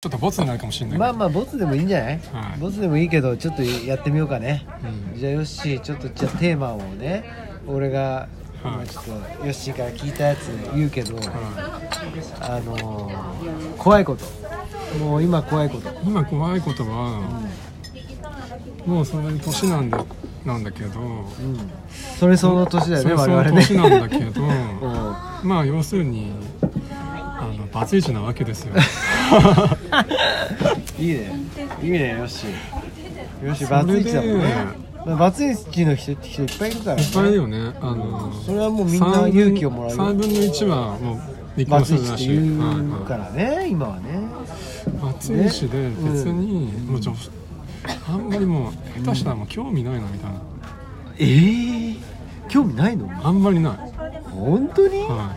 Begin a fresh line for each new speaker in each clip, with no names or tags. ちょっとボツになるかもしれないけど
まあまあボツでもいいんじゃない、
はい
ボツでもいいけどちょっとやってみようかね、
うん
じゃあヨッシーちょっとじゃあテーマをね俺が
はい
今ちょっとヨッシーから聞いたやつ言うけど、
は
あのー怖いこともう今怖いこと
い今怖いことは、もうそれ年なんだなんだけど
うんそれその年だよ
そ
ね
れそ
我
の
々ね
年なんだけど
うん
まあ要するにあのバツイチなわけですよ
いいねいいねよしよしバツイチだもんねまあバツイチの人人いっぱいいるから、ね、
いっぱいいるよねあの
それはもうみんな勇気をもらうよ
3分の1はもう離
バ
婚する
ツイチ
ら
って
しい
言
は
うからね今はね
いはいバツイチで別に、もう女子あんまりもう下手したらもう興味ないなみたいな
えー、興味ないの
あんまりない、
本当に、、
は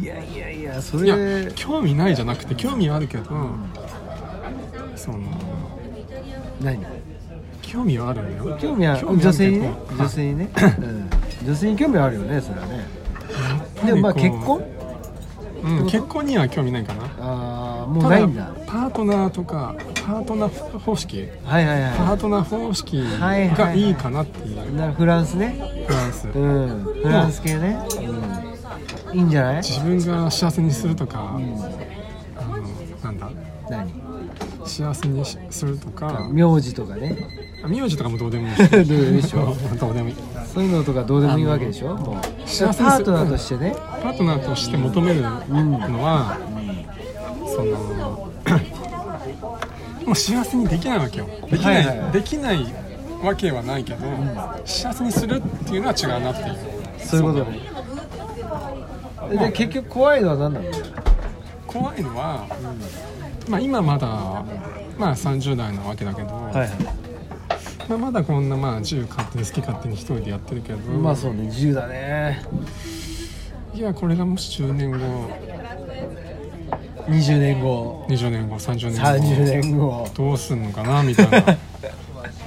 い
やいやいやそ
い、い
れ
や興味ないじゃなくて興味はあるけど、その
何
興味はあるんだよ
興味ある
興味
女性にね
あるけど
女性にね、うん、女性に興味あるよねそれはね
い
でもまあ
やっぱり
結
こう
婚
うん、結婚には興味ないかな
ああもうないんだ
たパートナーとかパートナー方式
はいはい
パ
は
ートナー方式
はいはいは
が
い
いいかなっていう
いなフランスね
フランス
うんフランス系ね、うん、いいんじゃない
自分が幸せにするとか、あのなんだ
何
幸せにしするとか
名字とかね
あ名字とかもどうでもいい
どうでもいいでしょ
どうでもいい
そういうのとかどうでもいいわけでしょもうパ
幸せにす
ートナーとしてね
パートナーとして求めるのは、その もう幸せにできないわけよできない、
はいはい
できないわけはないけど、幸せにするっていうのは違うなっていう
そういうことねで結局怖いのは何なの
怖いのは、まあ今まだまあ30代なわけだけど、まあ、まだこんなまあ自由勝手に好き勝手に一人でやってるけど、
まあそうね自由だね
いやこれがもし10年後
20年後
20年後30年後
30年後
どうすんのかなみたいな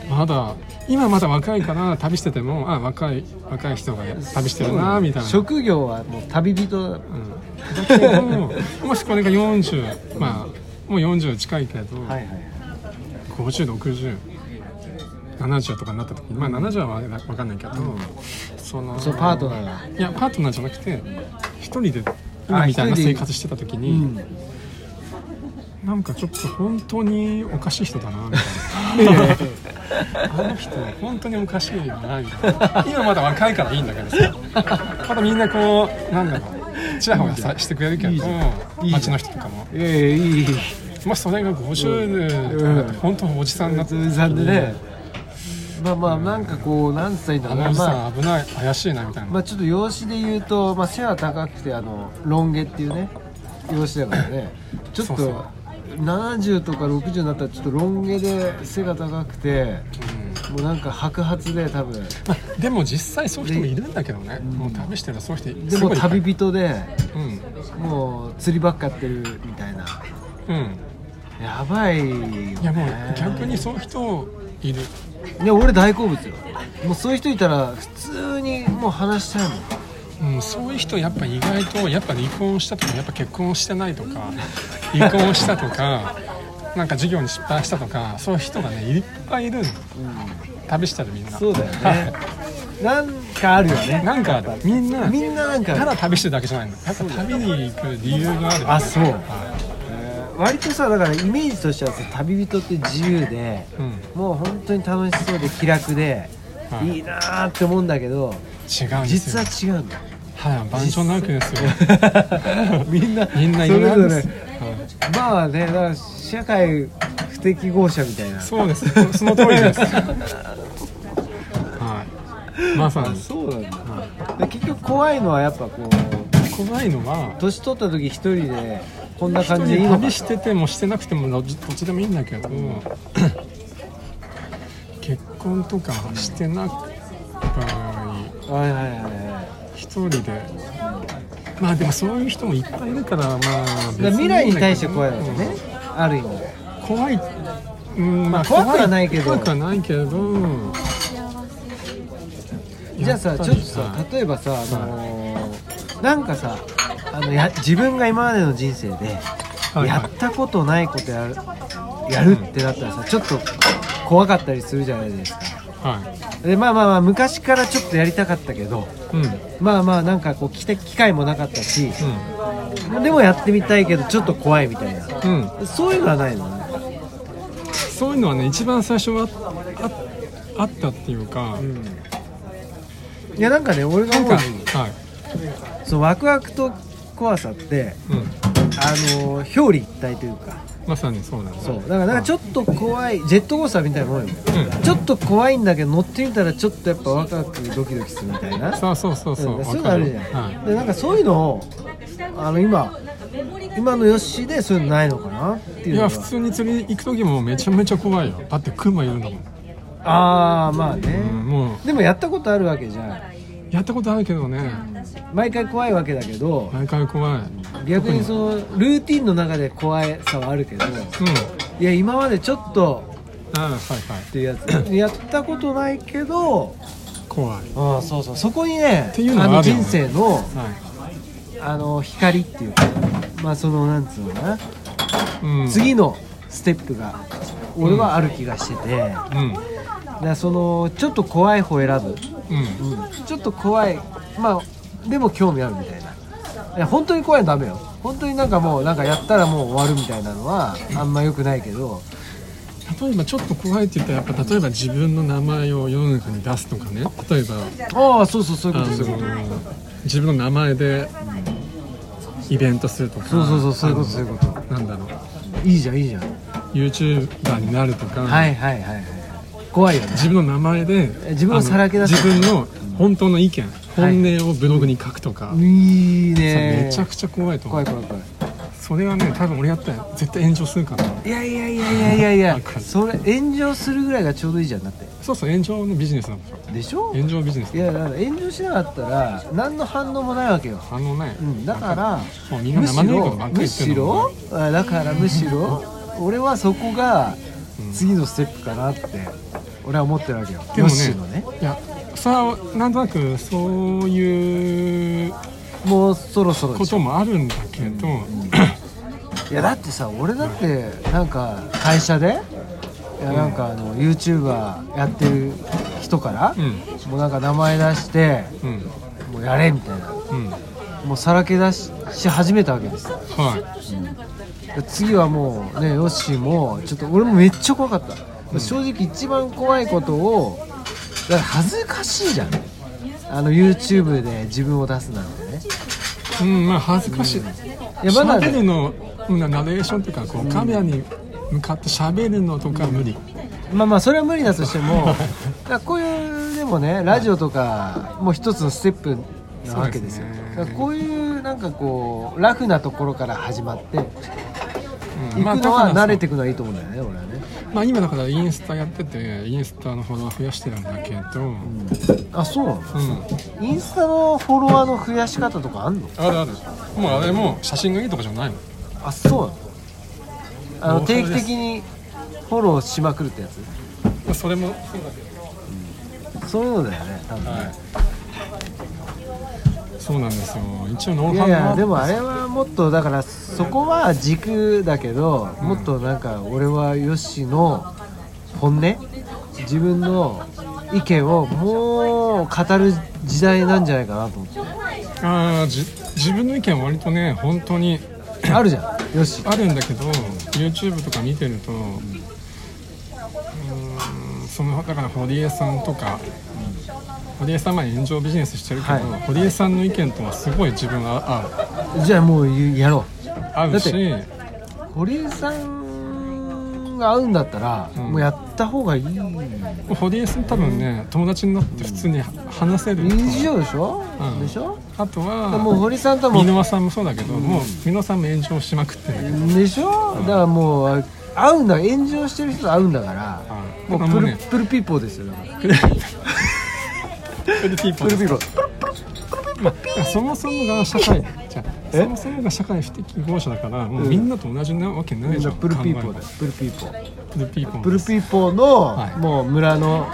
まだ今まだ若いから旅しててもあ若い若い人が旅してるなみたいな、
職業はもう旅人だ
うん、だけどもしこれが40まあもう40近いけど、
はいはい
506070とかになった時にまあ70は分かんないけど、その
そうパートナーが
いやパートナーじゃなくて一人で今みたいな
一人で
生活してた時
う
に、
ん
なんかちょっと本当におかしい人だなみたい なあの人本当におかしいよなみたいな今まだ若いからいいんだけどさまだみんなこうなんだろうちやほやさしてくれるけど
いいじゃんいいじゃん
街の人とかも
いやいやいい
まあそれが50で、
うん
本当おじさんになって
夏美さんでねまあまあなんかこう何つったらいいんだ
あ
ろ
の
うな
おじ
まあ
さん危ない怪しいなみたいな、
まあちょっと容姿で言うと、まあ、背は高くてあのロン毛っていうね容姿だからねちょっと
そうそう
70とか60になったらちょっとロン毛で背が高くて
うん
もうなんか白髪で多分
まあでも実際そういう人もいるんだけどね、もう旅してるそういう人
です
ご
も
いいっぱい
旅人で
うん
もう釣りばっかやってるみたいな
うん
やばいよ、ね、
いやもう逆にそういう人いる
ね俺大好物よもうそういう人いたら普通にもう話したいもん
うん、そういう人やっぱ意外とやっぱ離婚したとかやっぱ結婚してないとか離婚したと かなんか事業に失敗したとかそういう人がねいっぱいいるの、旅してるみんな
そうだよね なんかあるよね
なんかあるみんな
みんななんかある
ただ旅してるだけじゃないのやっぱ旅に行く理由がある
あそう
は
えー割とさだからイメージとしてはさ旅人って自由で、
いうん、
もう本当に楽しそうで気楽で、
はい
い、いなーって思うんだけど
違うんです
実
よ
は違うんだ
はい万象なわけですよ
みんな
みんない
それ
る
ぞ
んで
れ
すはい
まあねだから社会不適合者みたいな
そうです。その通り です。はい。まさに。
そうなんだ、で結局怖いのはやっぱこう
怖いのは。
年取った時一人でこんな
人
感じでいい
に
のか
旅しててもしてなくてもどっちどっちでもいいんだけ ど結婚とかしてなく場合
はいはいはいは
一人でまあでもそういう人もいっぱいいるからまあ
いだから未来に対して怖いわけね、
うん
ある意味
怖い、うんまあ、
怖くはないけど
怖くはないけど
じゃあ
や
さ
っぱ
ち
り
ょっとさ
はい
例えばさ、あのーなんかさあのや自分が今までの人生で
はい
やったことないことやるやるってなったらさちょっと怖かったりするじゃないですか
は
でまあまあまあ昔からちょっとやりたかったけど
いうんうん
まあまあなんかこう来た機会もなかったしでもやってみたいけどちょっと怖いみたいな
うん
そういうのはないのね
そういうのはね一番最初はあああったっていうか、
いやなんかね俺が
なん
思う
か
に
はい
そのワクワクと怖さって
うん
あのー表裏一体というか
まさにそうなんだ
そうだからなんかちょっと怖いジェットコースターみたいなもんよ
う
ちょっと怖いんだけど乗ってみたらちょっとやっぱワクワクドキドキするみたいな
そうそうそうそう、
うん
わ
そういうの
か
あ
る
るじゃん、
はい
でなんかそういうのをあの今今のヨッシーでそういうのないのかなってい
いう
の
や
は
普通に釣り行く時もめちゃめちゃ怖いよだってクマいるんだもん、
ああまあね、
うん、もう
でもやったことあるわけじゃん
やったことあるけどね
毎回怖いわけだけど
毎回怖いうん
逆にそのルーティンの中で怖いさはあるけどいや今までちょっと
あはいはい
っていうやつやったことないけど
怖い
ああそうそうそこにね
ていうのは
あの
あるよね
人生の
は
あの光っていうかまあそのなんつうのかな、
い、うん、
次のステップが俺はある気がしてて、だか
うん
らそのちょっと怖い方選ぶ、
うん
ちょっと怖いまあでも興味あるみたいないや本当に怖いのダメよ本当になんかもうなんかやったらもう終わるみたいなのはあんま良くないけど
例えばちょっと怖いって言ったらやっぱ例えば自分の名前を世の中に出すとかね例えば
ああそうそうそういう
あ
ことそういうこと
の自分の名前でイベントするとか
そうそうそうそういうことそういうこと
なんだろう
いいじゃんいいじゃん、
YouTuber になるとか、
はいはいはいはい怖いよね
自分の名前で
え自分をさらけ出す
あの自分の本当の意見、本音をブログに書くとか、
いい
それ
ね
めちゃくちゃ怖いと思う
怖い怖い怖い
それはね多分俺やったら絶対炎上するから
いやいやいやいやいやい
わ
や
かる
それ炎上するぐらいがちょうどいいじゃんだって
そうそう炎上のビジネスなんですよ
でしょ
炎上ビジネス
いやだから炎上しなかったら何の反応もないわけよ
あのね、
うん、だから
もうみんな生ぬるいことばっかり
む
言って
し
るの
ろあだからむしろ俺はそこが次のステップかなって俺は思ってるわけよ
でも
ヨッシ
ね
ーのね
いやさあなんとなくそういう
もうそろそろで
こ
しょ
ともあるんだけど、
いやだってさ俺だってなんか会社でいやなんかあの YouTuber やってる人から、
う
もうなんか名前出して
うん
もうやれみたいな
うん、うん、
もうさらけ出しし始めたわけですよ
はい
次はもうねヨッシーもちょっと俺もめっちゃ怖かった、正直一番怖いことをだから恥ずかしいじゃんあの YouTube で自分を出すなんてね
うんまあ恥ずかしい、
いやま
喋
だね
るのうんナレーションというかこうカメラに向かって喋るのとか無理、
まあまあそれは無理だとしても だからこういうでもねラジオとかもう一つのステップなわけですよ
そうですね
だからこういうなんかこうラフなところから始まって
うんまあ
行くのは
だから
慣れていくのはいいと思うんだよね俺はね
まあ今だからインスタやっててインスタのフォロワー増やしてるんだけど、うん
あそうなのインスタのフォロワーの増やし方とかあんの
あるあるもうあれもう写真がいいとかじゃないの
あそうなのあの
もうそれ
定
です
期的にフォローしまくるってやつ
まあそれもそうだけど
そういうのだよね多分ね、
そうなんですよ一応ノ
い
ウハウ
やい
が
やでもあれはもっとだからそこは軸だけど、もっとなんか俺はヨッシーの本音自分の意見をもう語る時代なんじゃないかなと思っ
あーじ自分の意見は割とね本当に
てあるじゃんヨッシー
あるんだけど YouTube とか見てるとうーんそのだから堀江さんとか堀江さんは炎上ビジネスしてるけど、
はい
堀江さんの意見とはすごい自分は
じゃあもうやろ
合う合うし
だう堀江さんが合うんだったら、
ん
もうやった方がいい
堀江さん多分ね友達になって普通に話せる
以上でしょ、
うん
でしょ
あと
もう
は
堀江さんとはもう
箕輪さんもそうだけど、もう箕輪さんも炎上しまくってる
でしょ、だからもう合うんだ炎上してる人と合うんだから、
はい
も
だ
う
からも
プ
う
ル
ね
プルピーポーですよだから
プルピーポ
プルピーポ
ー
ー
そもそもが社会じゃあそもそもが社会不適合者だからもうみんなと同じなわけない
みん
じゃ
なんプルピーポー
考
だよプルピーポ
えた
ー
らプルピーポー
プルピーポー
はい
のもう村の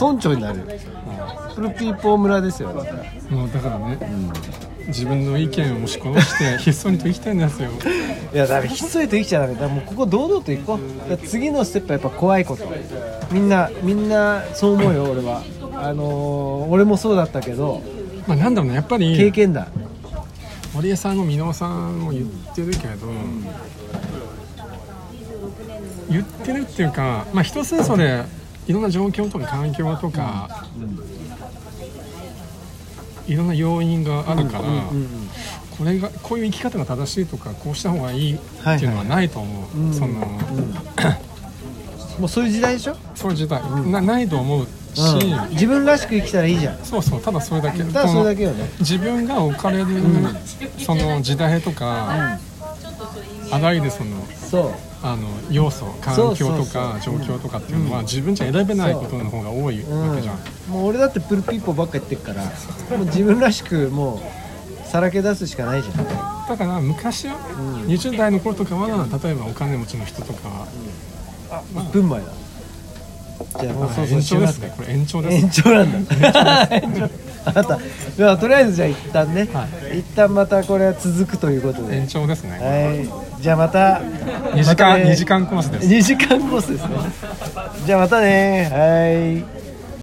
村長になるプルピーポー村ですよだから
もうだからね、自分の意見を押し殺してひっそりと生きてんですよ
いやだからひっそりと生きちゃダメだからもうここ堂々と行こうだから次のステップはやっぱ怖いことみんなみんなそう思うよ俺はあのー俺もそうだったけど
まあなんだろうねやっぱり
経験だ
堀江さんも箕輪さんも言ってるけど、言ってるっていうか、まあ、人それぞれいろんな状況とか環境とか、いろんな要因があるから、
うん
これがこういう生き方が正しいとかこうした方がいいっていうのはないと思う、
うん
その、
もうそういう時代でしょ、
その時代、なないと思うし、
うん、自分らしく生きたらいいじゃん
そうそうただそれだけ
ただそれだけよね
自分が置かれる、その時代とか、あらゆるその
そう
あの要素環
そう
境
そう
と
そう
か状況とかっていうのは自分じゃ選べないことの方が多いわけじゃん、
うん、もう俺だってプルピーポばっか言ってるからもう自分らしくもうさらけ出すしかないじゃん
だから昔は、20代の頃とかは例えばお金持ちの人とか、
1分前だじゃあもう
まあ
そうそう
延長です
し
ねこれ延長
ます
です、
延長なんだ延長あなたではとりあえずじゃあ一旦ね、一旦またこれは続くということで
延長ですね
はいじゃあまた
2時
また
間、
ね
二時間コースです
2時間コースですねじゃあまたねはい